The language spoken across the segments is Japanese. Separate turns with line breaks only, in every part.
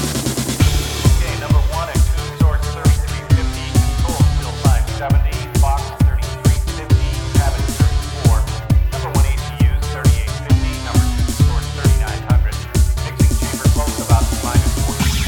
Okay, number one at Coon Resort, 3350, Control Still 570, Fox 3350, Cabin 34, number one ACU 3850, number two Resort 3900, mixing chamber close about minus 40.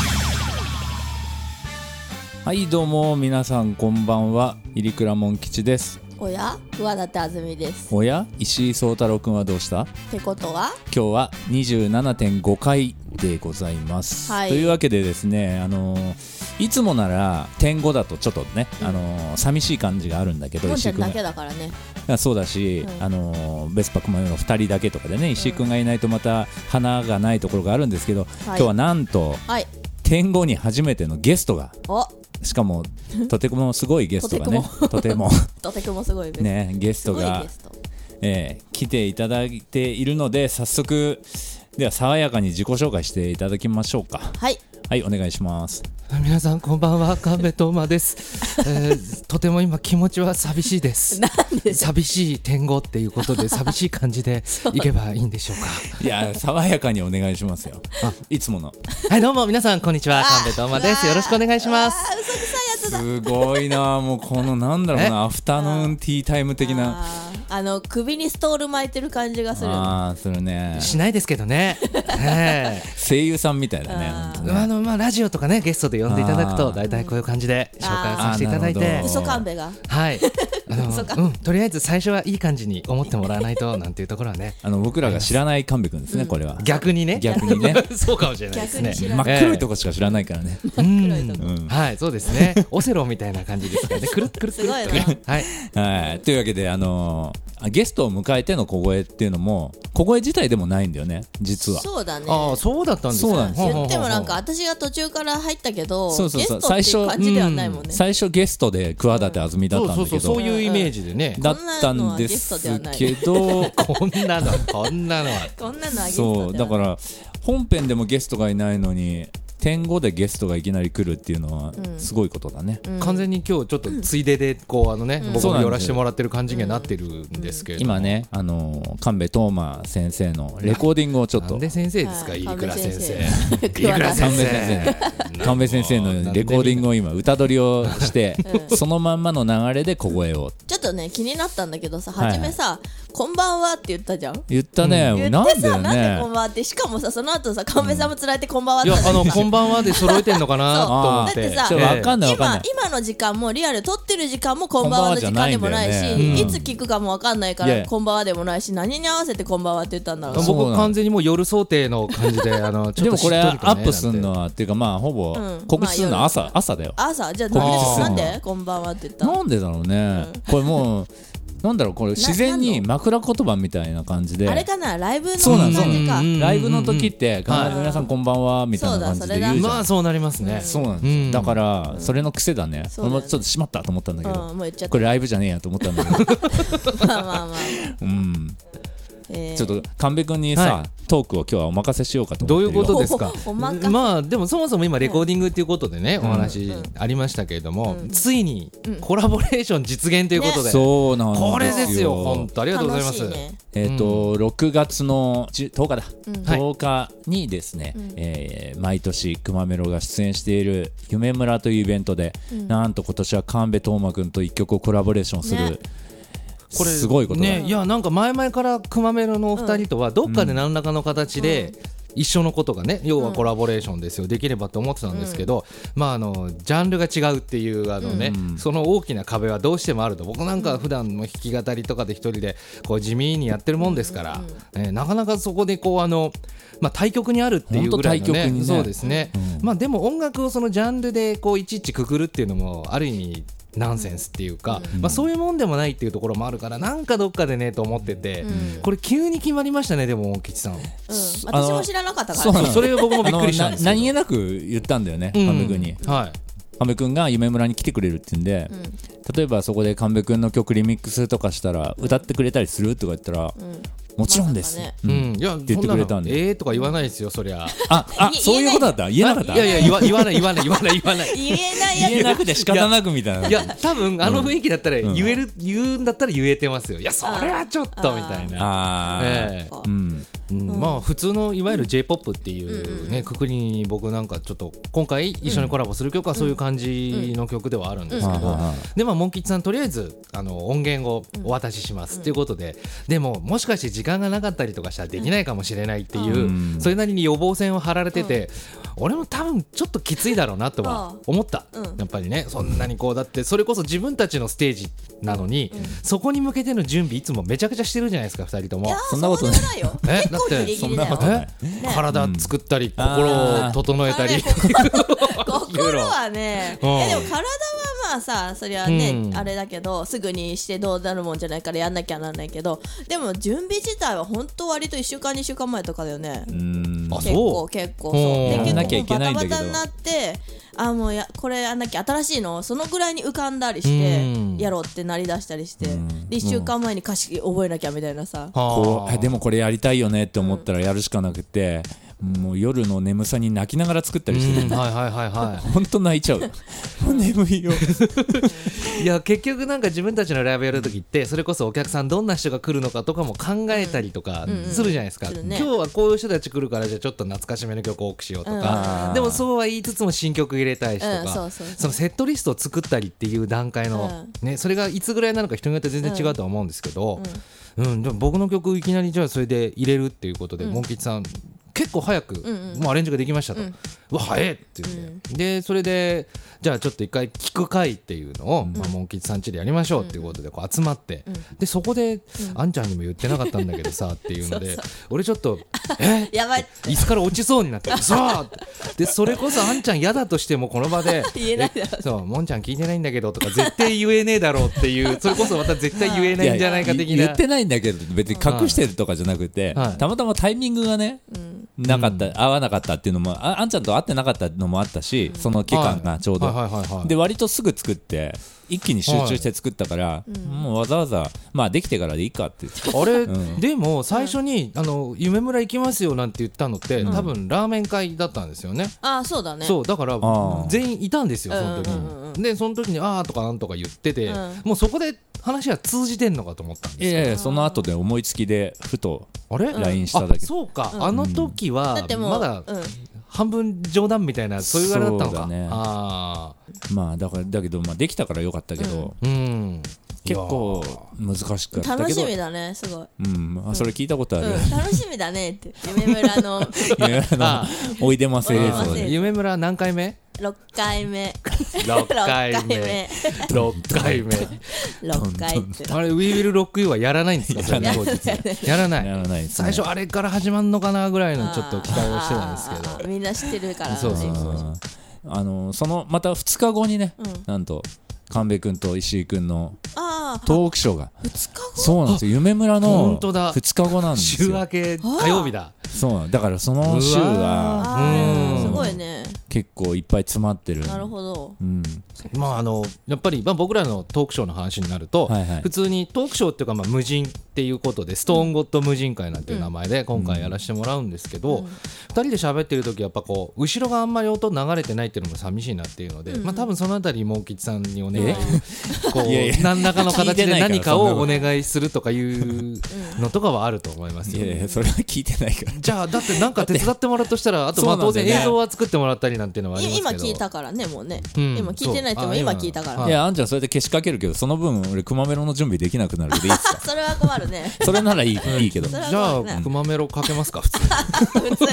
はいどうも皆さんこんばんは入倉門吉です
おや和田あずみですっ
おや石井聡太郎くんはどうした
てことは
今日は27.5回でございます、
はい
というわけでですねあのーいつもなら点5だとちょっとね、あのー寂しい感じがあるんだけど
もんち
石
ゃ
井
ん
くん
だ
が
けだからね
あそうだし、
うん
あのーベスパクマヨの2人だけとかでね石井くんがいないとまた花がないところがあるんですけど、今日はなんと
はい
点5に初めてのゲストが
お
しかもとてもすごいゲストがねと
と
ても
とてくもすごいベスト
ねゲス
す
ト
ごい
が
ゲスト
えー来ていただいているので早速では爽やかに自己紹介していただきましょうか
はい
はいお願いします
皆さんこんばんは神戸トーマです、えーとても今気持ちは寂し いです
なんで
寂しい天狗っていうことで寂しい感じでいけばいいんでしょう
いや爽やかにお願いしますよいつもの
かはいどうも皆さんこんにちは神戸トーマですよろしくお願いします
すごいなもうこのなんだろう なアフタヌーンティータイム的な
あーあの首にストール巻いてる感じがするよね
あーするね
しないですけどねね
声優さんみたいだね
あー
本
え
当ね
あのまあラジオとかねゲストで呼んでいただく
あ
と
ー
大体こういう感じで紹介させていただい
あーなる
て
ほど
嘘勘弁が
はいあの
嘘か
うんとりあえず最初はいい感じに思ってもらわないとなんていうところはね
あの僕らが知らない神戸くんですねこれは
逆にね
逆にね
そうかもしれないです
逆
ね
に知ら
真っ黒いとこしか知らないからね
黒いとこ
うん
はい、そうです ね。オセロみたいな感じですからね。くるっくるっくるっとね
す ごい
はい。
はい、というわけで、あのーゲストを迎えての小声っていうのも小声自体でもないんだよね実は
そうだね
ああ、そうだったんですね
そうなんですよ
言ってもなんか。私が途中から入ったけど
そうそうそう
ゲストっていう感じではないもんね
最初ゲストで桑立あずみだっ
そう
たん
そう
だ
そ
け
う、そ
ど
ういうイメージでね。
だったんですけ ど
こんな の、こんなのは。
こんなのあげる
そうだから本編でもゲストがいないのに点5でゲストがいきなり来るっていうのはすごいことだね、
完全に今日ちょっとついでで、こう、あのね、僕
そうなんです
も
よ
寄らせてもらってる感じにはなってるんですけれども。
今ね、あのー神戸東馬先生のレコーディングをちょっ
なん
と
で先生ですか、
はい
飯倉先生。
生
飯倉先生。
神戸先生のレコーディングを今歌取りをして、そのまんまの流れで小声を
ちょっとね気になったんだけどさ
はいはい
初めさ「こんばんは」って言ったじゃん
言ったね、
言
な
っ
ん
て
で
さ
よ
なんでこん
ね
ばんはってしかもさその後さ神戸さんもつられてこんばんはっ
い
て
や、あの、こんばんはで揃えてんのかなと思って。
だってさ
ちょっとわかんないわかんない
今今の時間もリアル撮ってる時間もこんばんはの時間でもない
こんばんはじゃ
し
ないんだよね
いつ聞くかもわかんないか
いやい
ら
や
こんばんはでもないし何に合わせてこんばんはって言ったんだろう
そうなの
僕完全にもう夜想定の感じで、あの、ちょ
で
っと
も
しっ
ことれ
りと
ア
ね
ップすんのはっていうかまあほぼ
うん
告知するのは朝、
まあ
朝だよ
朝じゃあ
告
知すんの
なんでなんでこんばんはって言ったの
なんでだろうね、これもうなんだろうこれ自然に枕言葉みたいな感じで
あれかなライブの
そうな
感
ん
じ
そう
か
うん
ライブの時って必
はい
ず皆さんこんばんはみたいな感じで言うじゃ
まあ
ん
そうなりますね。
そうなんです
う
よ
ん
だからそれの癖だね
そう
俺
だよね
もちょっとしまったと思ったんだけ
う
ど
んもう言 っちゃった
これライブじゃねえやと思ったんだけど
まあまあまあ
うん
えー
ちょっと神戸君にさ
は
トークを今日はお任せしようかと
どうい
思っ
う
てるよ
ことですか
おお任せ
まあでもそもそも今レコーディングっていうことでね、お話ありましたけれども、ついにコラボレーション実現ということで、
そうなんですよ
これですよ本当ありがとうございま
楽し
す
いね
えーと6月の10 10日だ、
はい
10日にですね、えー毎年くまメロが出演している「夢村」というイベントで、なんと今年は神戸斗真君と一曲をコラボレーションする、
ね
これ
すごいことだ、
ねいやなんか前々からくまめろのお二人とはどっかで何らかの形で、一緒のことがね要はコラボレーションですよ、できればと思ってたんですけど、まああのジャンルが違うっていうあのね、その大きな壁はどうしてもあると僕なんか普段も弾き語りとかで一人でこう地味にやってるもんですから、えーなかなかそこでこうあの、まあ、対極にあるっていうぐらいの、
本当対
ね
極にね
そうですね、まあでも音楽をそのジャンルでこういちいちくくるっていうのもある意味ナンセンスっていうか、まあ、そういうもんでもないっていうところもあるからなんかどっかでねと思ってて、これ急に決まりましたねでも吉さん
う
あ
ん
の
私も知らなかったか
そう
ら
な
ね
の
それが僕もびっくりしたんですけ
あ
ど
のな何気なく言ったんだよね、神戸君に
はい
神戸君が夢村に来てくれるって言うんで、例えばそこで神戸君の曲リミックスとかしたら歌ってくれたりするとか言ったら、もちろんです、
まさかね
う
うんん、いや、
て言ってくれたんで
そなのええとか言わないですよ、そりゃ。
ああ
い
そういうことだった言えなかった
いやいや、言わ、言わない、言わない、言わない、言 わない。
言えないやつ
言えなくて仕方なくみたいない
や、多分、あの雰囲気だったら、言える、言うんだったら、言えてますよ。いや、それはちょっとみたいな。
あー、
ええ
こ
うん
うんまあ普通のいわゆる J−POP っていうねくくりに僕なんかちょっと今回一緒にコラボする曲はそういう感じの曲ではあるんですけ
うんうん
ど
うん
でまあモンキッチさんとりあえずあの音源をお渡ししますっていうことででももしかして時間がなかったりとかしたらできないかもしれないっていうそれなりに予防線を張られてて俺も多分ちょっときついだろうなとは思った
うん
やっぱりねそんなにこうだってそれこそ自分たちのステージなのにそこに向けての準備いつもめちゃくちゃしてるじゃないですか2人とも
いや。
そんなことない
そでもないよ
え
結構ギリギリだ
だ
よ
ってそんな
え体作ったり、心を整えたり、
あれ心心はね
うん
えでも体はまあさそりゃね、
うん
あれだけどすぐにしてどうなるもんじゃないからやんなきゃなんないけどでも準備自体は本当割と1週間2週間前とかだよね、
うん
あ
結構
そ
結構
ほ
そううで
やん
結
なきゃい
構
け
も
な
うバ
い
タ
んだ
バ
けど
タになってあもうやこれやんなきゃ新しいのをそのぐらいに浮かんだりして
うん
やろうってなりだしたりしてで
ん
1週間前に歌詞覚えなきゃみたいなさ
う
こ
は
うあでもこれやりたいよねって思ったらやるしかなくて、もう夜の眠さに泣きながら作ったり
う
して
ん
る、
はいはいはいは
ほんと泣いちゃうもう眠 いよ
いいや結局なんか自分たちのライブやる時ってそれこそお客さんどんな人が来るのかとかも考えたりとかするじゃないですか、
するね
今日はこういう人たち来るからじゃあちょっと懐かしめの曲多くしようとか、
うん
でもそうは言いつつも新曲入れたいしとか、
うんそうそうそう
のセットリストを作ったりっていう段階の、ね、それがいつぐらいなのか人によって全然違うとは思うんですけど、うん、でも僕の曲いきなりじゃあそれで入れるっていうことで、モンキッチさん結構早く、もうアレンジができましたと、うわ早いって言って、でそれでじゃあちょっと一回聞く会っていうのを、まあ、モンキッチさん家でやりましょうっていうことでこう集まって、でそこで、あんちゃんにも言ってなかったんだけどさっていうの で俺ちょっとえ
やばい
椅子から落ちそうに なってそうでそれこそあんちゃん嫌だとしてもこの場で
言えないだろ
えそうもんちゃん聞いてないんだけどとか絶対言えねえだろうっていうそれこそまた絶対言えないんじゃないか的
いや言
な
ってないんだけど別に隠してるとかじゃなくて、
はい
たまたまタイミングがね、なかった合わなかったっていうのもああんちゃんと会ってなかったのもあったし、その期間がちょうど、
はいはいはいはいはい
で割とすぐ作って一気に集中して作ったから、もうわざわざまあできてからでいいかって
あれ、でも最初に「あの夢村行きますよ」なんて言ったのって、多分ラーメン会だったんですよね。
あそうだね
そうだから
ー
全員いたんですよその時
うんうんうんう
に。でその時に「あー」とか「なんとか言ってて、
うん
もうそこで話は通じてんのかと思ったん
い
ですよ。
やいやその後で思いつきでふと
あれ
LINE しただけ
あそうか、あの時は
だってもう
まだ
うん
半分冗談みたいなそういうあれだったの
そう
か。
だね
あー
まあだからだけど、まあ、できたからよかったけど、
うん、
結構難しかった
楽
けど
しみだねすごい。
うんあそれ聞いたことあ
う
る、
ん、楽しみだねって夢村 の
いやあのおいでませ
い
映
やー
像
そう
で
ね
夢村何回目
6回目
?6 回目6回目
6回って
あれ「We Will Rock You」はやらないんですかそれ
や
当日 やらない
やらないですね
最初あれから始まるのかなぐらいのちょっと期待をしてたんですけど
あーみんな知ってるから
そうそうそう
うんあのそのまた2日後にね、なんと神戸君と石井君の
ああ
トークショーが
2日後
そうなんですよ夢村
本
の
当だ
2日後なんです
週
よ
明け火曜日だ
そうなんだからその週
う
は
あーすごいね
結構いっぱい詰まってる
なるほど
うん、
まああのやっぱり、まあ、僕らのトークショーの話になると、
はいはい
普通にトークショーっていうか、まあ、無人っていうことでストーンゴッド無人会なんていう名前で今回やらせてもらうんですけど、2人で喋ってる時やっぱこう後ろがあんまり音流れてないっていうのも寂しいなっていうので、まあ、多分そのあたりもう吉さんにお願いこ う
いやいや
何らかの形
聞いて
で
ないから
何かをお願いするとかいうのとかはあると思います
い
よ。
やいやそれは聞いてないから
じゃあだってなんか手伝ってもらうとしたらあと
そう
ま
な
あ
んだよ
当然
ね
映像は作ってもらったりなんていうのはありますけ
今
ど
聞いたからねもうね
うん
今聞いてないと思う
そう
今
あ
聞いたか
今
ら
いやあんちゃんそれで消しかけるけどその分俺くまメロの準備できなくなるけどいいっす か
それは困るね
それならいいいいけど
それ
じゃ
は困る
あ
ね
くまメロかけますか普通に。
普通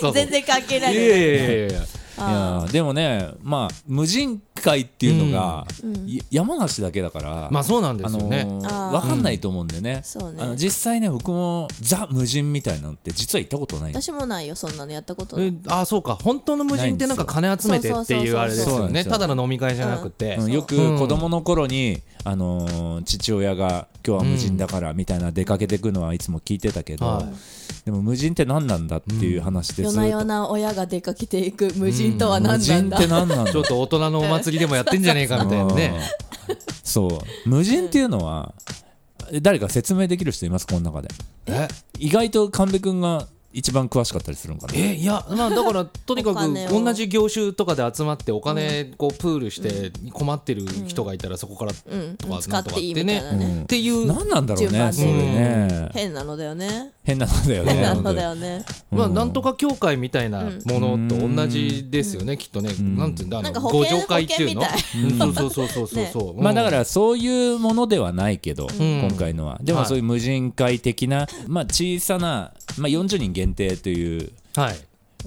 そう
に全然関係ない
い
のに
やいやいやいや
いやーでもねまあ無人会っていうのが、い山梨だけだから、
まあそうなんで
あ
すよ
の
ね。
ー
あー
わかんないと思うんでね,、
そうね
あの実際ね僕もザ無人みたいなのって実は行ったことないんです
私もないよそんなのやったことない
えあそうか本当の無人ってなんか金集めてっていうあれです
そう
よ
なんで
ね
すよ
ただの飲み会じゃなくて、
うんよく
うん
子供の頃に、あのー父親が今日は無人だからみたいな出かけてくのはいつも聞いてたけど、
はい
でも無人って何なんだっていう話でず
夜
っと、
な夜な親が出かけていく無人とは
無
何な
人
ん
っ
だ
て何なんだ
ちょっと大人のお祭りでもやってんじゃねえかみたいなね
うんそう無人っていうのは誰か説明できる人いますこの中で
え
意外と神戸君が一番詳しかったりするのかな
えいやまあだからとにか
お
く
金を
同じ業種とかで集まってお金こうプールして困ってる人がいたらそこから
うん
とか
使
なん
っ
とか
て
っ
いい
て
みたい
ね
なね
っていう
何なんだろうね
順番
それね
変なのだよね
変なのだよね
変なのだよね
まあなんとか協会みたいなものと同じですよねきっとねなんていうんだあ
なんか
の
保険
互助会っていうの
保
うんそうそうそうそう そう
まあだかららそういうものではないけど、今回のはでも
はい
そういう無人会的な、まあ、小さな、まあ、40人限定という
はい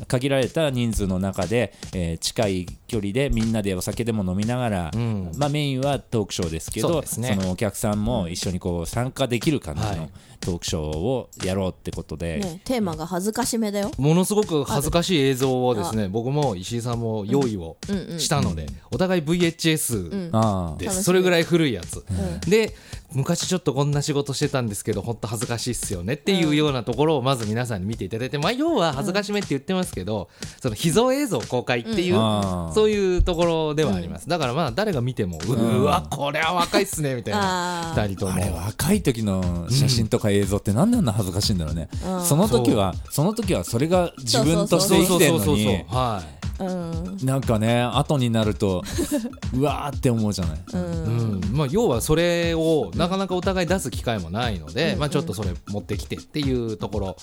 限られた人数の中で、えー近い距離でみんなでお酒でも飲みながら、
ん
まあ、メインはトークショーですけど
そうですね
のお客さんも一緒にこう参加できる感じ
は
の
い
トークショーをやろうってことで、
ねテーマが恥ずかしめだよ
ものすごく恥ずかしい映像をですね僕も石井さんも用意をしたのでお互い VHS
ああ
で
楽し
す
み
それぐらい古いやつで昔ちょっとこんな仕事してたんですけど本当恥ずかしいっすよねっていうようなところをまず皆さんに見ていただいてまあ要は恥ずかしめって言ってますけどその秘蔵映像公開っていう
うんあー
そういうところではありますだからまあ誰が見てもうーわこれは若いっすねみたいな
あー
2人と
あれ
も
若い時の写真とか映像って何であんな恥ずかしいんだろうね、その時はその時はそれが自分として
そ
生き
うそう
て
そ
る
う
の
そうそう
に
はい
うん
なんかね後になる とうわーって思うじゃない、
うんまあ、要はそれをなかなかお互い出す機会もないので、まあ、ちょっとそれ持ってきてっていうところ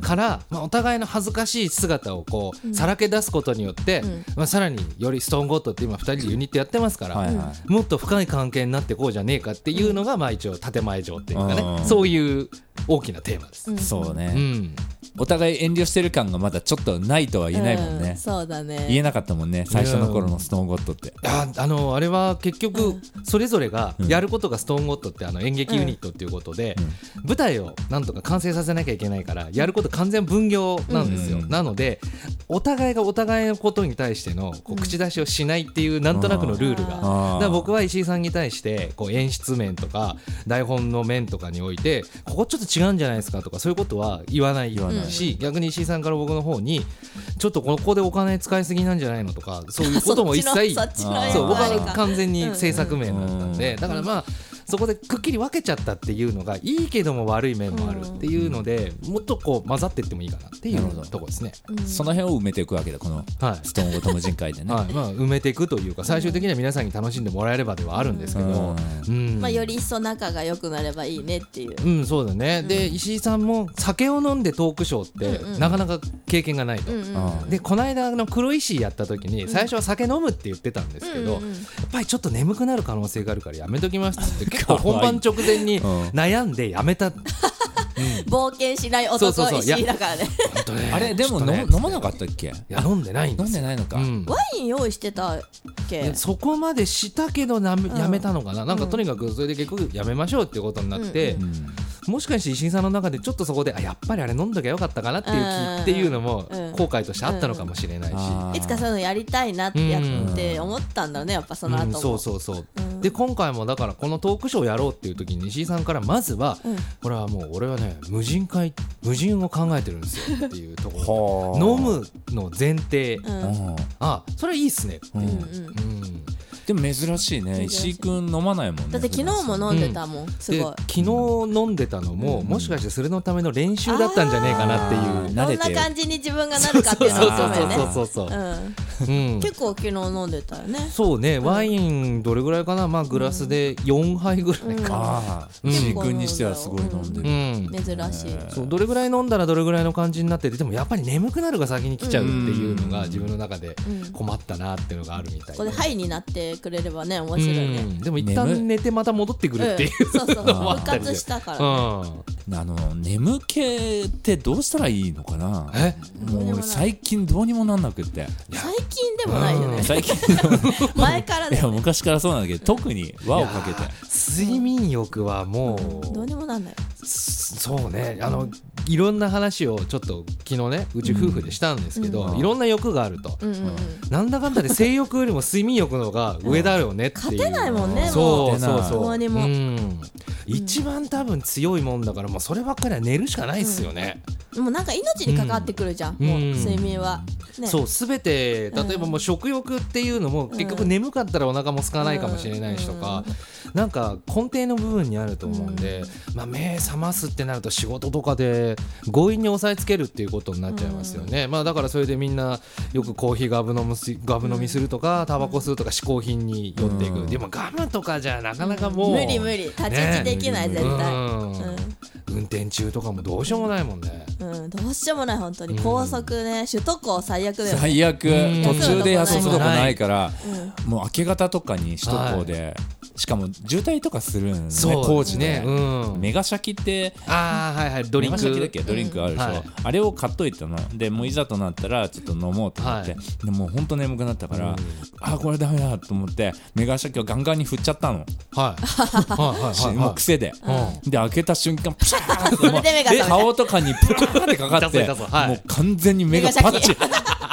から、まあ、お互いの恥ずかしい姿をこうさらけ出すことによって、まあ、さらによりストーンゴットって今2人でユニットやってますから、
はいは
もっと深い関係になってこうじゃねえかっていうのが、まあ、一応建前上っていうかね、
うん
そういう大きなテーマです。
そうね、
うん
お互い遠慮してる感がまだちょっとないとは言えないもん
う
ね、
そうだね
言えなかったもんね最初の頃のストーンゴットって、
ああのあれは結局それぞれがやることがストーンゴットってあの演劇ユニットっていうことで、舞台をなんとか完成させなきゃいけないからやること完全分業なんですよ、なのでお互いがお互いのことに対してのこう口出しをしないっていうなんとなくのルールが、
あー
だから僕は石井さんに対してこう演出面とか台本の面とかにおいてここちょっと違うんじゃないですかとかそういうことは言わないし逆に石井さんから僕の方にちょっとここでお金使いすぎなんじゃないのとかそういうことも一切
そっちの
あー
そう僕
そっちの
は完全に制作面だったんで、
う
だからまあそこでくっきり分けちゃったっていうのがいいけども悪い面もあるっていうので、もっとこう混ざってってもいいかなっていうとこですね。
その辺を埋めていくわけだこの
はい
ストーンゴット無人会でね、
はいまあ、埋めていくというか最終的には皆さんに楽しんでもらえればではあるんですけど、うん
まあ、より一層仲が良くなればいいねっていう
うん、そうだね、で石井さんも酒を飲んでトークショーって、なかなか経験がないと、
うん
でこの間の黒石井やった時に最初は酒飲むって言ってたんですけど、やっぱりちょっと眠くなる可能性があるからやめときますって言って結構
かわい
本
い
番直前に
うん
悩んでやめた、
冒険しない
そう
男
そうそういや
石井だからね
あれでも
ちょっと
飲,、
ね
飲まなかったっけ
いや飲んでないん
飲
で
ん
す
で
よ、
ないのか、
うん
ワイン用意してたっけ
でそこまでしたけどなめやめたのかな、なんかとにかくそれで結局やめましょうっていうことになって、もしかして石井さんの中でちょっとそこであやっぱりあれ飲んどきゃよかったかなっていう
うん
気っていうのも
うん
後悔としてあったのかもしれないし、
あー
いつかそういうのやりたいなってやって思ったんだろうねやっぱその後
うん、
も、
そうそうそう、で今回もだからこのトークショーやろうっていう時に石井さんからまずは、これはもう俺はね無人会無人を考えてるんですよっていうところ飲むの前提、
うん
あそれいいっすね、
うん
うん、
でも珍しいね
珍し
石
い
井君飲まないもんね
だって昨日も飲んでたもん、す
で
ごい
昨日飲んでたのも、もしかしてそれのための練習だったんじゃねえかなっていう
あー慣
ど
れ
ん
て
な
る
感じに自分がなるかって
そう
いうの
そ
が
う
含めね
そうそうそうそう、
う
うん
ん結構昨日飲んでたよね
そうね、ワインどれぐらいかな、まあ、グラスで4杯ぐらいか、
ああ
ん
石井君にしてはすごい飲んで
う
る、
ん
珍しい、
そうどれぐらい飲んだらどれぐらいの感じになっててでもやっぱり眠くなるが先に来ちゃうっていうのが自分の中で困ったなっていうのがあるみたい
こ
で
れハイになってくれればね面
う
白いね、
んでも一旦寝てまた戻ってく
う
るっていう、
そう そう
もあ
復
ったりで
活したから、
うん
あの眠気ってどうしたらいいのかな
え
もう俺最近どうにもなんなくって
最近でもないよね、
最近
前から
い
で
や 昔からそうなんだけど特に輪をかけて
睡眠欲はも
どうにもなんない
そうねあのいろんな話をちょっと昨日ねうち夫婦でしたんですけど、いろんな欲があると、
うんうんうん
なんだかんだで性欲よりも睡眠欲の方が上だよねっていう、
勝てないもんねも
そうそうそう
どうにも
うん一番多分強いもんだからもうそればっかりは寝るしかないですよね、
うもうなんか命に関わってくるじゃん、
うん
もう
うん
睡眠は、ね、
そう全て例えばもう食欲っていうのも結局眠かったらお腹も空かないかもしれないしとか、なんか根底の部分にあると思うんで、まあ、目覚ますってなると仕事とかで強引に押さえつけるっていうことになっちゃいますよね、まあ、だからそれでみんなよくコーヒーガブ飲むしガブ飲みするとかタバコ吸うとか嗜好品に寄っていく、でもガムとかじゃなかなかもう、
無理無理立ち打ちできない、
ね
絶対
うん運転中とかもどうしようもないもんね。
うん、うん、どうしようもない本当に高速ね、首都高最悪だよね
最悪
うん
途中で休む
休む
と
と
こ
こない
ないからもう明け方とかに首都高でしかも渋滞とかするんね工事ね
うん、
メガシャキって
ああはいはいド
ド
リンク
だっけドリンクあるでしょ、
うんはい
あれを買っといたのでもういざとなったらちょっと飲もうと思って、
は
でもうほんと眠くなったから、ああこれダメだと思ってメガシャキをガンガンに振っちゃったの、
はいはいはいはい
もう
は
癖で、で開けた瞬間プシャ ーンと
それで目が覚めた
顔とかにプラーってかかっ
痛そ
て
う痛そうはい
もう完全に目がパッチ
メ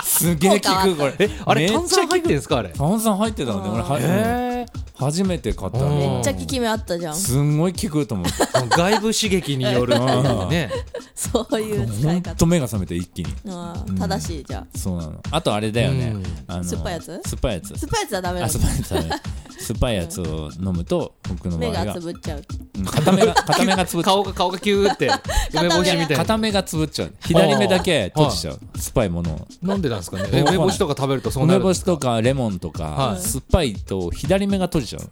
すげえ効くこれ
い。えあ
め
れ
っちゃ
炭酸入ってんですかあれ。
炭酸入ってたのね俺は、
へ
初めて買った
うん
の
めっちゃ効き目あったじゃん
すんごい効くと思って
外部刺激によるっていうね。
そういう使
ほ
い
ん
方
と目が覚めて一気に
あー正しいじゃん
そうなのあとあれだよね、
うん
あの
酸っぱいやつ
酸っぱいやつ
酸っぱいやつはダメな
あ
の
酸っぱいやつだね酸っぱいやつを飲むと僕の場合
目が
が
つぶっちゃう
うん片目が片目がつぶっちゃう
顔が顔がキュ ーって梅干しみ たいな。
片目がつぶっちゃう左目だけ閉じちゃう酸っぱいものを
なんでなんですかね。
え
え梅干しとか食べるとそうな
梅
る
干
んで
し
すか。
とかレモンとか
はい
酸っぱいと左目が閉じちゃう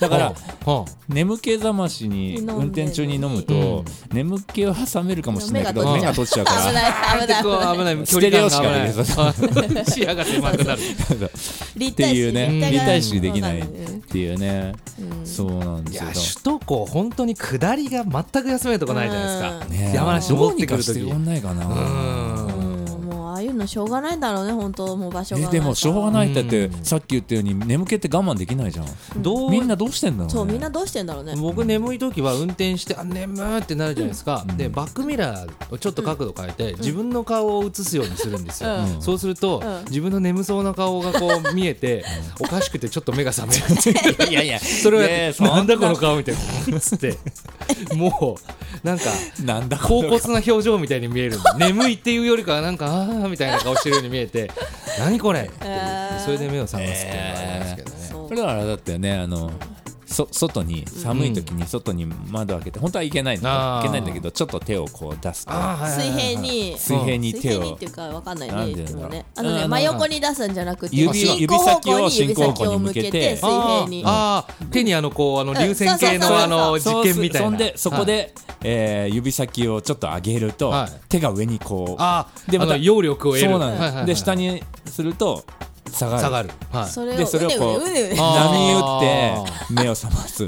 だから
う んうん
眠気覚ましに
飲んでる
運転中に飲むと眠気は覚めるかもしれないけど目
目
が
が
閉じちゃうか
危
ら
ない危
で
ない危
こ
な
う
い
危ない
ス
距
テ
離
レ
感
オしかね
が危ない。 視野が狭くなる。
立
って
体
いう
視
ね立体視できないっ
立体視
ていうねそうなんで
い
す
や
よ
首都高本当に下りが全く休めるとこないじゃないです
ね
か。
え
山梨戻って
ど
くる
う
時
にかしてやんないかな
うんもうああいうのしょうがないんだろうね本当もう場所が
え
ない
でもしょうがないってだって
うん
さっき言ったように眠気って我慢できないじゃん
どう
みんなどうしてんだろうね
そうみんなどうしてんだろうね
僕眠い時は運転してあ眠ーってなるじゃないですか、でバックミラーをちょっと角度変えて、自分の顔を映すようにするんですよ、
う
そうすると、
うん
自分の眠そうな顔がこう見えて、おかしくてちょっと目が覚めるっていう
いやいや
それをやって
ねえそんな
なんだこの顔みたいなつってもうなんか
なんだこ
恍
れ
惚な表情みたいに見える眠いっていうよりかはなんかあーみたいな顔してるように見 えて何これっていう
えー
それで目を覚ますっていうのがありますけどね、
そう
これはあれだったよねあのそ外に寒い時に外に窓開けて本当はいけないんだ
あー
いけないんだけどちょっと手をこう出すと
あーはいは
水
いはいはい
平に
水平に
水
手
平にっ
を
ていうかわかんない
なん
ね
でだ
で
ろう
もねあの
あ
ね
ー
真横に出すんじゃなくて
指
進行方向に
指
指
先
先
を
を向けて
進
水
行
平に
あーあー手にあのこうあの流線形
そうそうそう
の
そう
あの
そ
実
うす
験みたいな
そんでそこで、えー指先をちょっと上げると、
はい
手が上にこう
あー
で
あの揚力を得る
そうなんです、
はいはいはい
で下にすると下がる
下がる、はい、
それ
で
を
それをこう
うねうねうねうね
あ
波打っ
あ
て目を覚ます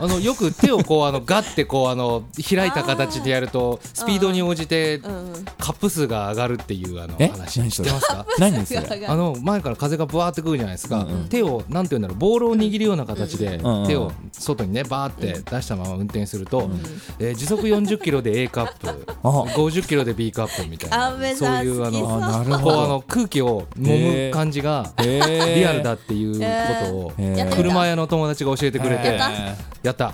あのよく手をこうあのガッてこうあの開いた形でやるとスピードに応じて
んうん
カップ数が上がるっていうあの
え
話
何
知
そ
っ
れ
てますか
何 それ
が
あの前から風がぶわーってくるじゃないですか、手をなんて言うんだろうボールを握るような形で
んうん
手を外にねバーって出したまま運転すると、えー時速40キロで A カップ
あ
50キロで B カップみたい
安
な
倍
そう
さん
いうあ
好きそう
の
あなるほ
こうあ
ど
の空気を揉む感じが
へー
リアルだっていうことを
へーやってみた
車屋の友達が教えてくれ
へ
て
ー
やった。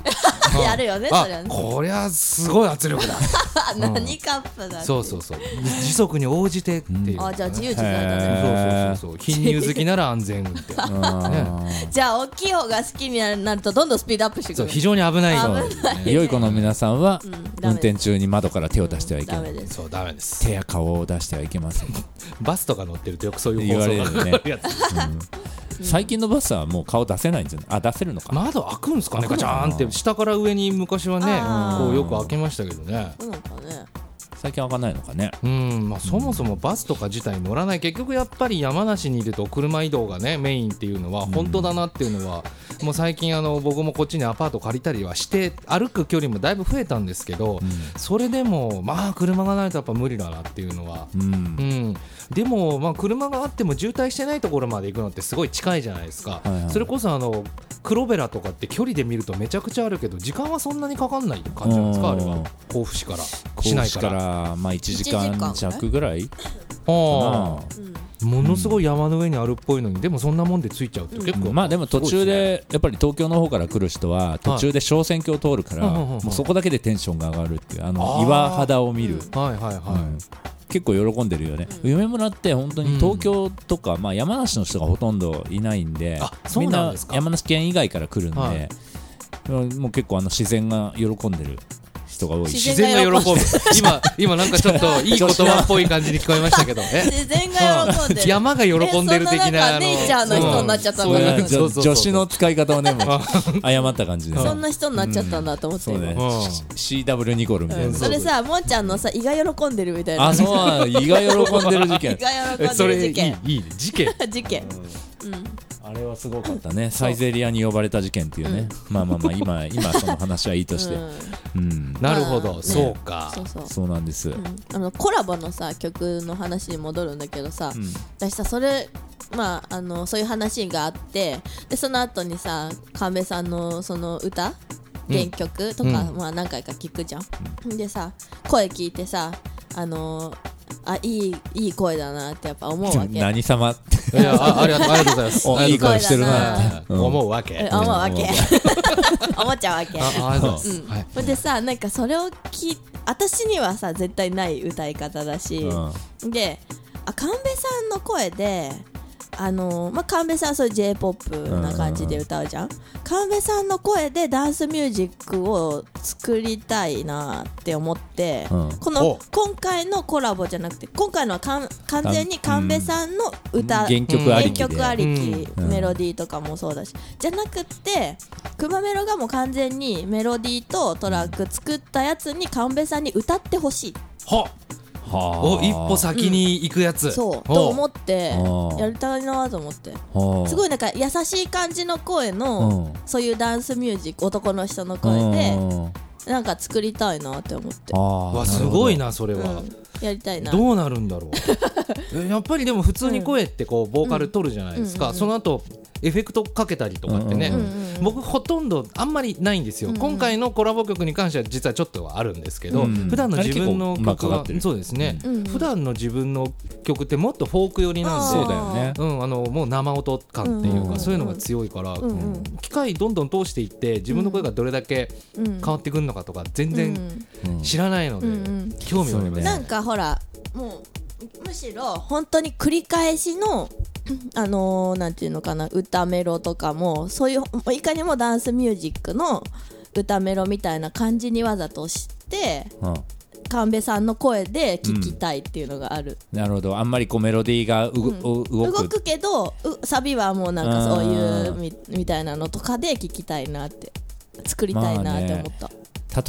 やるよねそ
あ
りゃね
こりゃすごい圧力だ
あ何カップだ
そうそうそう時速に応じてっていう
あじゃあ自由自在だ
へ
ね
ー
そうそうそうそう貧乳好きなら安全運転ね
じゃあ大きい方が好きになるとどんどんスピードアップしてく
そう
る
非常に危ない
危
そう
ない
良い子の皆さんは、
ダ
運
メです
転中に窓から手を出してはいけ
ダ
ない、
メです
そうダメです
手や顔を出してはいけません、
バスとか乗ってるとよくそういう放送が
言われるよね
かか るやつ
最近のバスはもう顔出せないんじゃないあ出せるのか、
窓開くんですかねガチャーンって下から上に昔は
あ
ね
ー
こうよく開けましたけどね
そうなのかね
最近開かないのかね
うんまあ、そもそもバスとか自体乗らない結局やっぱり山梨にいると車移動がねメインっていうのは本当だなっていうのは、もう最近あの僕もこっちにアパート借りたりはして歩く距離もだいぶ増えたんですけど、それでもまあ車がないとやっぱ無理だなっていうのは、
う
うんん、でもまあ車があっても渋滞してないところまで行くのってすごい近いじゃないです
は
か、
いはい
それこそあの黒ベラとかって距離で見るとめちゃくちゃあるけど時間はそんなにかかんない感じなんですかあれ
うん
は甲府市から市
甲府
内
市
か
から
あ
らまあ1時間弱ぐらいか
あ
な
ものすごい山の上にあるっぽいのにでもそんなもんでついちゃうって結構、
まあでも途中でやっぱり東京の方から来る人は途中で小選挙を通るから
うんうんうん
もうそこだけでテンションが上がるっていうあ
あ
の
ー
岩肌を見る
すごいですねはいはいはい、
うん結構喜んでるよね、夢村って本当に東京とか、まあ、山梨の人がほとんどいないんで
あそうなんですか
みんな山梨県以外から来るんで、
はい
うんもう結構あの自然が喜んでる人が多いし
自然が喜ぶ今今なん かちょっといい言葉っぽい感じに聞こえましたけどえ
自然が喜んでる
山が喜んでる的
えそ
な
んな中ネイチャーの人になっちゃったん
そう
だ
い
な
うじょ女子の使い方をね もう誤った感じでね
そんな人になっちゃったんだと思って
そうね
今
うん
し CW ニコルみたいな、
うんそれさもんちゃんのさ胃が喜んでるみたいな
あそうなんだ胃が喜んでる 事
胃
件
が
え
喜ん
そ
で
れ
る
い
事
い
件
いいね 事件
事件
あれはすごかったねサイゼリアに呼ばれた事件っていうね、まあまあまあ今今その話はいいとして、うん、
なるほど、
まあね
そうか
そうそう
そうなんです、
あのコラボのさ曲の話に戻るんだけどさ、
ん
私さそれまああのそういう話があってでその後にさ神戸さんのその歌原曲とか、
うん
まあ何回か聞くじゃん、でさ声聞いてさあのあいいいい声だなってやっぱ思う わけ
何様って
いやあありがとうありがとうございます
お
ありがとう
い
ござ
い声してるな
ますはい
うん
思うわけ
え
あ
思うわけ 思っちゃうわけ
あありがとうございます、はい
ほんでさなんかそれを聞い私にはさ絶対ない歌い方だし、であ神戸さんの声であのまあ、神戸さんはそういう j p o p な感じで歌うじゃん神戸さんの声でダンスミュージックを作りたいなって思って、
うん
この
お
今回のコラボじゃなくて今回のはかん完全に神戸さんの歌、
原曲ありきで
原曲ありき、
うん
メロディーとかもそうだしじゃなくってくまメロがもう完全にメロディーとトラック作ったやつに神戸さんに歌ってほしい
は
は
お一歩先に行くやつ、
そう
お
と思って
あー
やりたいなと思って
はあ
すごいなんか優しい感じの声
う
の
ん
そういうダンスミュージック男の人の
うん
声でなんか作りたいなって思って
あー
わすごい
な
なそれは、
やりたいな
どうなるんだろうえやっぱりでも普通に声ってこうボーカル取るじゃないですか、その後エフェクトかけたりとかってね、
うんうん
僕ほとんどあんまりないんですよ、今回のコラボ曲に関しては実はちょっとはあるんですけど、
うん
普段の自分の
あれ結構
曲
うまくかか
は
ってる
そうですね、
んうん
普段の自分の曲ってもっとフォーク寄りなんで
そうだよね
うん、あのもう生音感っていうか、
うん
そういうのが強いから、
んうん
機械どんどん通していって自分の声がどれだけ変わってくるのかとか全然知らないので、
うんうん
興味はありま
そ
す、
うね
なんかほらもうむしろ本当に繰り返しの あのー、なんていうのかな歌メロとかもそういうもういかにもダンスミュージックの歌メロみたいな感じにわざとして神戸さんの声で聞きたいっていうのがある、
なるほどあんまりこうメロディーがうごお動
動
く
くけどうサビはもうなんかそういうみみたいなのとかで聞きたいなって作りたいなって思った、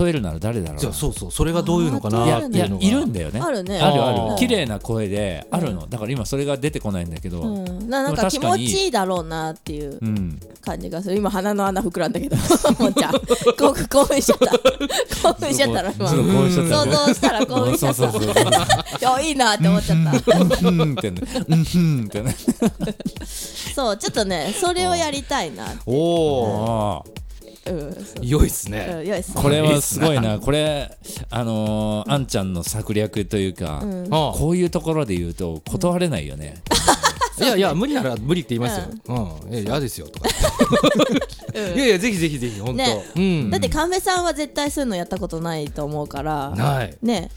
例えるなら誰だろう
じゃあそうそうそれがどういうのか
あー
な
ど
っ
う
て
い
い
や
うのが
いるんだよね
あるね
ある
あ
あ
ー
る綺麗な声であるのだから今それが出てこないんだけど
うん、ななんか気
確か
持
に
ちいいだろうなっていう
うん
感じがする今鼻の穴膨らんだけどもんちゃん興奮興奮しちゃった興奮しちゃったら今
ちょっと興奮しちゃった
想像したら興奮しちゃった
そうそうそうそう
いやいいなって思っちゃった
うんうんってねうんうんってね
そうちょっとねそれをやりたいな
おお
あー
うんそう
良いっす
うん
ね、
よいっす
これはすごいなこれあのーあんちゃんの策略というか
うん
こういうところで言うと断れないよね
いやいや無理なら無理って言いますよ、うんいや嫌ですよとか、いやいやぜひぜひぜひ本当、
ね
うん
だって神戸さんは絶対そういうのやったことないと思うから
ない
ね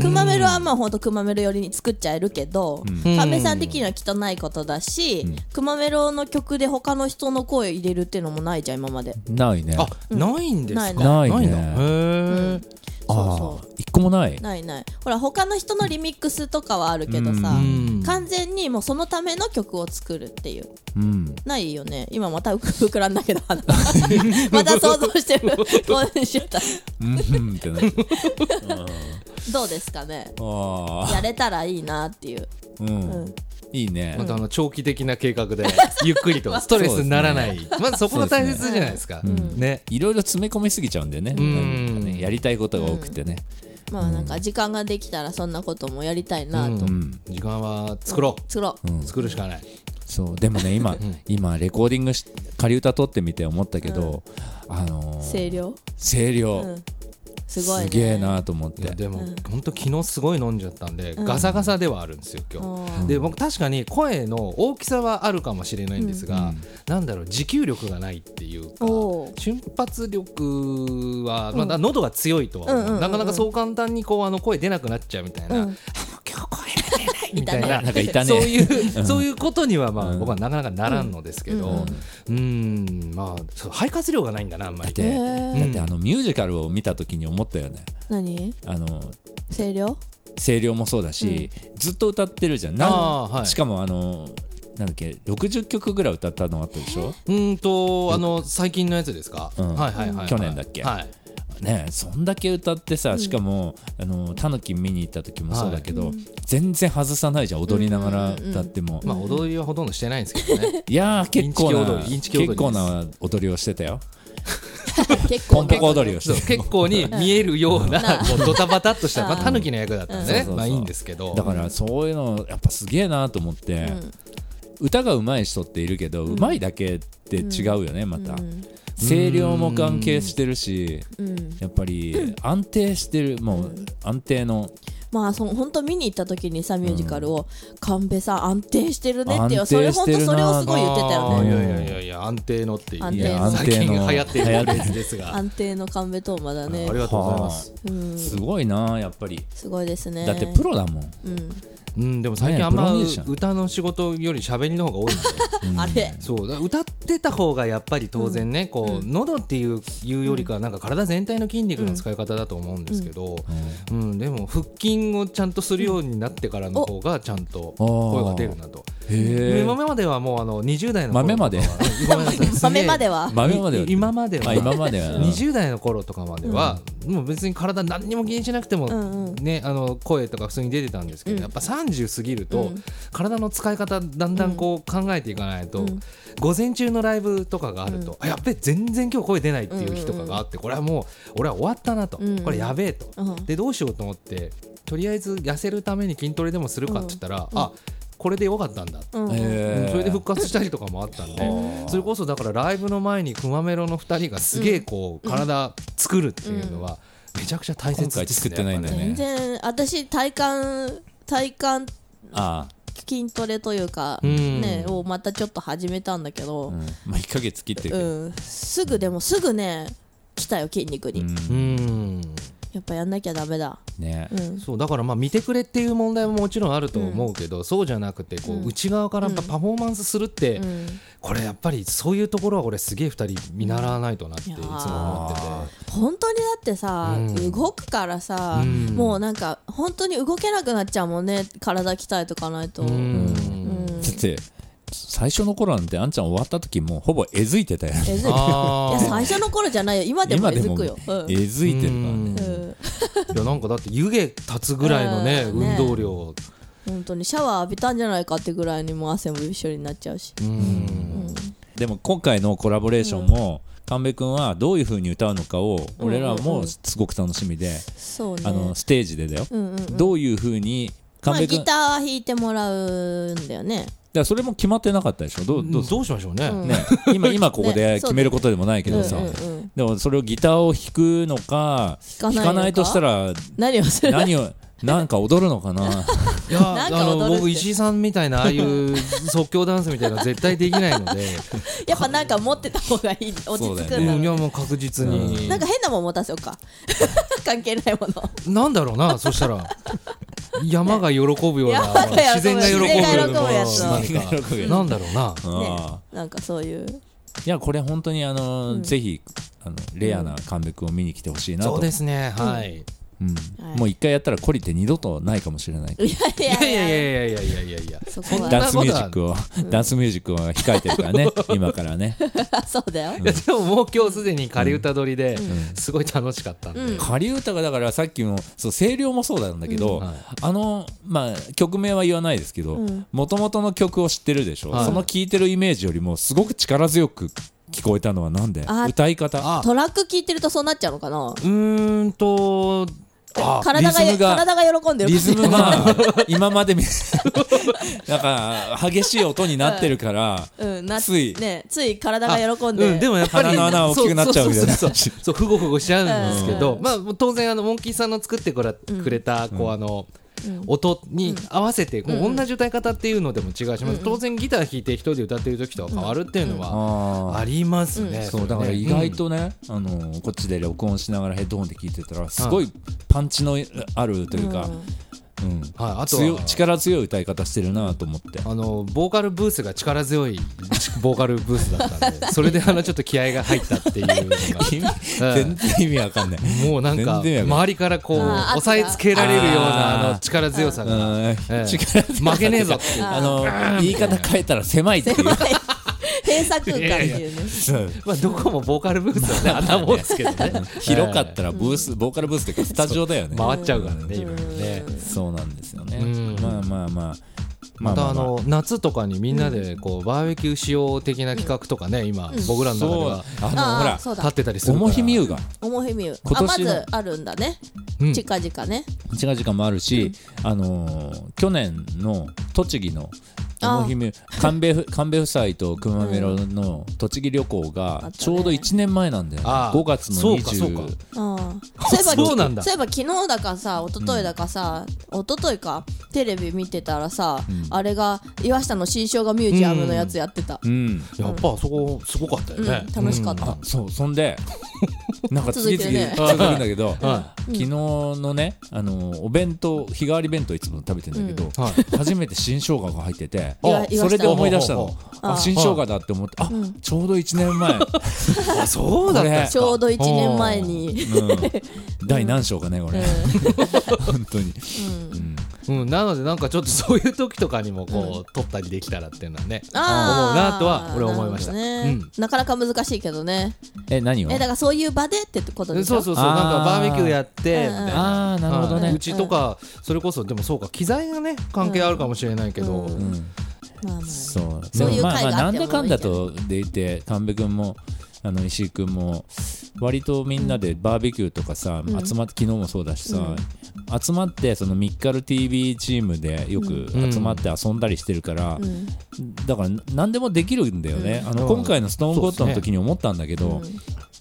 くまメロはまあほんとくまメロ寄りに作っちゃえるけど、神戸さん的には汚いことだし、くまメロの曲で他の人の声入れるっていうのもないじゃん今まで
ないね
あ、ないんですか
ないないね
んだへえ
そう
あ
そ
あ一個もない
ないないほら他の人のリミックスとかはあるけどさ
うん
完全にもうそのための曲を作るっていう
うん
ないよね今またうく膨らんだけど 鼻また想像して る 興奮しちゃった
うんうんってなっちゃう
どうですかね
あ
やれたらいいなっていう
あうんいいね
またあの長期的な計画でゆっくりとストレスにならない、まずそこが大切じゃないですかね
いろいろ詰め込みすぎちゃうんだよね
ん
なんかねやりたいことが多くてね
まあなんか時間ができたらそんなこともやりたいなと
時間は作ろう
作ろう
作るしかない
そうでもね今、今レコーディングし仮歌取ってみて思ったけど、あのー
声量
声量、
うんすごい、ね、
げえなと思っ
いや
て
でも本当昨日すごい飲んじゃったんで、ガサガサではあるんですよ今日、で僕確かに声の大きさはあるかもしれないんですが、なんだろう持久力がないっていうか
おー
瞬発力は、まあ、喉が強いとは思う、
うんうんうんうん
なかなかそう簡単にこうあの声出なくなっちゃうみたいな、
うん
今日声が出ないみたい
いた
な
なんかいたね
そういう そういうことにはまあ僕はなかなかならんのですけど、うんまあそう肺活量がないんだなあん
だ
ま
っ
り。
て、
へー
だってあのミュージカルを見た時に思ったよね
何
あの
声量
声量もそうだし、ずっと歌ってるじゃん
あー
な
は
ん
い
しかもあのなんだっけ60曲ぐらい歌ったのあったでしょ
うーんとあの最近のやつですか、
うん
はいはいはいはい
去年だっけ
はい
ねえそんだけ歌ってさしかも、あのタヌキ見に行った時もそうだけど、全然外さないじゃん踊りながら歌っても、
まあ踊りはほとんどしてないんですけどね
いやー結構な
インチキ踊り
結構な踊りをしてたよ
結
ポ
構
ンポコ踊りをして
そ
た
う結構に見えるようなこ うドタバタっとした、まあ、
うん
タヌキの役だったんで
うんそう
ね
そうそう
まあいいんですけど
だからそういうのやっぱすげえなと思って、歌が上手い人っているけど、上手いだけって違うよねまた、声量も関係してるし、やっぱり安定してるもう安定の
まあそ本当見に行った時にさミュージカルを「神戸さん安定してるね」っていう
安定してる
そ
な
れ本当それをすごい言ってたよ
あーい
ね
やいやいやいや安定のっていう
安
い
定
や
の
最近流行って
流行
る
ってる
やつですがあ
安定の神戸トーマだね
りがとうございます、
はあすごいなやっぱり
すごいですね
だってプロだもん、
うん、でも最近あんま
ねプロミュージシャン
歌の仕事より喋りの方が多いので
あれ
そうだ歌ってた方がやっぱり当然ね、こう喉っていういうよりかはなんか体全体の筋肉の使い方だと思うんですけど、うんでも腹筋をちゃんとするようになってからの方がちゃんと声が出るなと。
へえ
今まではもうあの20代の頃
豆まで
ごめんなさいすげ
豆
え
までは
豆まで
い今まで
あ
は
今までは
20代の頃とかまでは、もう別に体何にも気にしなくても、
んうん
ね、あの声とか普通に出てたんですけど、やっぱ30過ぎると、体の使い方だんだんこう考えていかないと、午前中のライブとかがあると、あやっべ全然今日声出ないっていう日とかがあって、これはもう俺は終わったなと、
んうん
これやべえと、
うん
でどうしようと思ってとりあえず痩せるために筋トレでもするかって言ったら、あこれでよかったんだ
うん
へ
う
え
んそれで復活したりとかもあったんでそれこそだからライブの前にくまメロの2人がすげえこう体作るっていうのはめちゃくちゃ大切
今回
です
作っ
ね
てないんだよ
やっ
ね
全然私体幹体幹
ああ
筋トレというか、
ん
ねをまたちょっと始めたんだけど、
うんまあ1ヶ月切ってる
う
けど
ん、すぐでもすぐね来たよ筋肉に、
ぱねうん
やっぱやんなきゃダメだ
ね
うん
そうだからまあ見てくれっていう問題ももちろんあると思うけど、そうじゃなくてこう内側からパフォーマンスするって、これやっぱりそういうところは俺すげえ2人見習わないとなっていつも思ってて。
本当にだってさ、動くからさ、もうなんか本当に動けなくなっちゃうもんね体鍛えとかないと、
うん
だって最初の頃なんてあんちゃん終わった時もうほぼえずいてたよね
えずいい
あ
や
ー
最初の頃じゃないよ今でも
今
え
で
ず
も
くよ、うん
えずいてるからね
うん
いやなんかだって湯気立つぐらいのね
うん
運動量
本当にシャワー浴びたんじゃないかってぐらいにもう汗もびっしょりになっちゃうし、
でも今回のコラボレーションも神戸君はどういう風に歌うのかを俺らもすごく楽しみで
そうね
あのステージでだよ
うんうん
どういう風に
まあ
神戸君
ギタ
だか
ーは弾いてもらうんだよね
らそれも決まってなかったでしょどうどうす
どうしましょうね、
ね今今ここで決めることでもないけどさ
うんうんうん
でもそれをギターを弾くのか弾
弾かないのか
かないとしたら
何をする
何をなんか踊るのか な
いや
な
あ
んか踊るって
の僕石井さんみたいなああいう即興ダンスみたいなの絶対できないので
やっぱなんか持ってた方がいい落ち着くんだ
そうだ
ろう
よ
ね
うんいやもう確実に
なんか変なもん持たせよ うか関係ないもの
なんだろうなそしたら山が喜ぶような
山が喜ぶ
自然が喜ぶような
自然が喜ぶやつを
なんか
喜ぶやつ
なんだろうな
ああ
ねなんかそういう
いやこれ本当にあのぜひあのレアな神戸君を見に来てほしいな
そう
と
ですね
う
はい、
ん
はい
もう一回やったら懲りて二度とないかもしれない
いやい
い
や
や
い
い
や
や
いや
いやいやいやいやいやいや
そこは
ダンスミュージックを、ダンスミュージックは控えてるからね今からね
そうだよ、
いやでももう今日すでに仮歌取りで、すごい楽しかったんで、
仮歌がだからさっきのそう声量もそうなんだけど、
はい
あの、まあ、曲名は言わないですけどもともとの曲を知ってるでしょ、
はい
その聴いてるイメージよりもすごく力強く聞こえたのはなんで
あ
歌い方
あ
トラック聞いてるとそうなっちゃうのかな
うーんとあ
体
リズムが
が体が喜んでる
リズムが今までみ なんか激しい音になってるから、
うん、な
つい
ねつい体が喜んで
うん、でもやっぱり
鼻の穴が大きくなっちゃうみたいな
そうそうそうそうそうふごふごしちゃうんですけど、
う
まあもう当然あのモンキーさんの作ってくれくれたこうあの、音に合わせて、こう同じ歌い方っていうのでも違うし、まあ当然ギター弾いて一人で歌ってる時とは変わるっていうのは
あー
ありますね。
そう
れね
だから意外とね、あのこっちで録音しながらヘッドホンで聞いてたらすごいパンチのあるというか、うん
うんはい、あと
強
はい
力強い歌い方してるなと思って
あのボーカルブースが力強いボーカルブースだっ たんでそれであのちょっと気合が入ったっていうのが
意味全然意味わかんない
もうなんか
全然やばい
周りからこう
あー圧が
押さえつけられるような
あー
あの力強さが、
うん
ええ
力
負けねえぞっていう
あの言い方変えたら狭いっていう
狭い閉鎖空間っていうね
うん
まあ、どこもボーカルブースはね、あんなもんですけどね。
広かったらブース、ボーカルブースというかスタジオだよね
回っちゃうからね、いろいろね。
そうなんですよね
うん
まあまあまあま
ま
あま
た
あ
あ
まあ
の夏とかにみんなでこうバーベキュー仕様的な企画とかね今僕らの中で
そう
は
あの
あー
ほら
そうだ
立ってたりす
お
るから
もひみゆが
重ひみゆ
今
あま
年の
ずあるんだね
うん
近々ね
違う時間もあるし、あのー去年の栃木の
あー
おもひみゆ神 戸ふ神戸夫妻と熊メロの栃木旅行
あ
が
ったね
ちょうど1年前なんだよね
あー
5月の
そうかそうか
20
ああ
そうなんだ
そういえば昨日だかさ一昨日だかさ、一昨日かテレビ見てたらさ、あれが岩下の新生姜ミュージアムのやつやってた、
うん
やっぱあそこすごかったよ
うん
ね、
楽しかった、
あそうそん でなんか次
続いて
々
るね
続くんだけど、
は
昨日のねあのーお弁当日替わり弁当いつも食べてんだけど、
はい
初めて新生姜が入って て
いわいわした
それで思い出したの
あ
あ新生姜だって思ってあちょうど1年 前
あそうだったんです
ち
か
ょうど1年前 に
うん第何章かねこ れ、本当に、
うん、なのでなんかちょっとそういう時とかにもこう、撮ったりできたらっていうのはね思う
あ
な
あ
とは俺は思いました、
なるほどねなかなか難しいけどね
え何を
えだからそういう場でってこと
うん
でし
そ
ょ
うそうそうなんかバーベキューやってみたいな
ああなるほど
はい
ね
う、ちとかそれこそでもそうか機材がね関係あるかもしれないけど、
う
うん、
まあまあ
そう
そういう
でもまあ
会
まあ
があ
なん
ってもいい
だかんだとでいて神戸君もあの石井君も割とみんなでバーベキューとかさ、集まって昨日もそうだしさ、集まってそのミッカル TV チームでよく
うん
集まって遊んだりしてるから、
ん
だから何でもできるんだよね、あ
う
の
ん
今回の「ストーンゴットの時に思ったんだけど、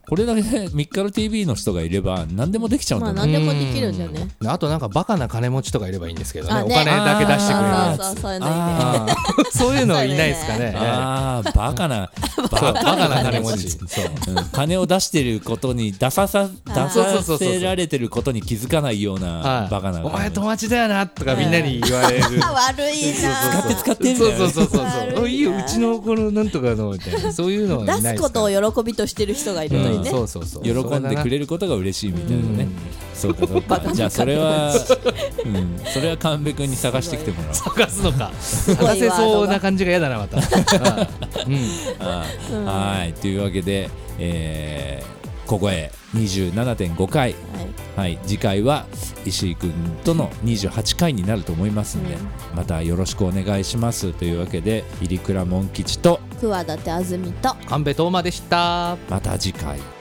これだけミッカル TV の人がいれば何でもできちゃうんだよ
まあ
ね
何でもできるんだよね
うんあとなんかバカな金持ちとかいればいいんですけどね
あ
お
ね
金だけ出してくれるや
そうそうそういうのい
あー
いね
つそういうのいないですかね
あーバカなバ
そうバカな金持ち
そう、うん金を出してることに出ささ出
そうそうそう
さ
そう
せられてることに気づかないよう
は、
ないバカな
お前友達だよなとかみんなに言われる、
あ悪いな
使って使ってみ
そ
た
う
いな
そうそうそう
悪いな
そういいようちのこのなんとかのみたいなそういうのはいない
出
ですす
こと
を
を喜びとしてる人がいるのにね、
そうそうそう
喜んでくれることが嬉しいみたいなねそうかそうかじゃあそれは、うん、それは神戸君に探してきてもらおう
探すのか探せそうな感じが嫌だなまたうん
はいというわけで、えーここへ27.5回
はい
はい、次回は石井君との28回になると思いますんで、またよろしくお願いしますというわけで入倉門吉と
桑舘あずみと
神戸東馬でした
また次回。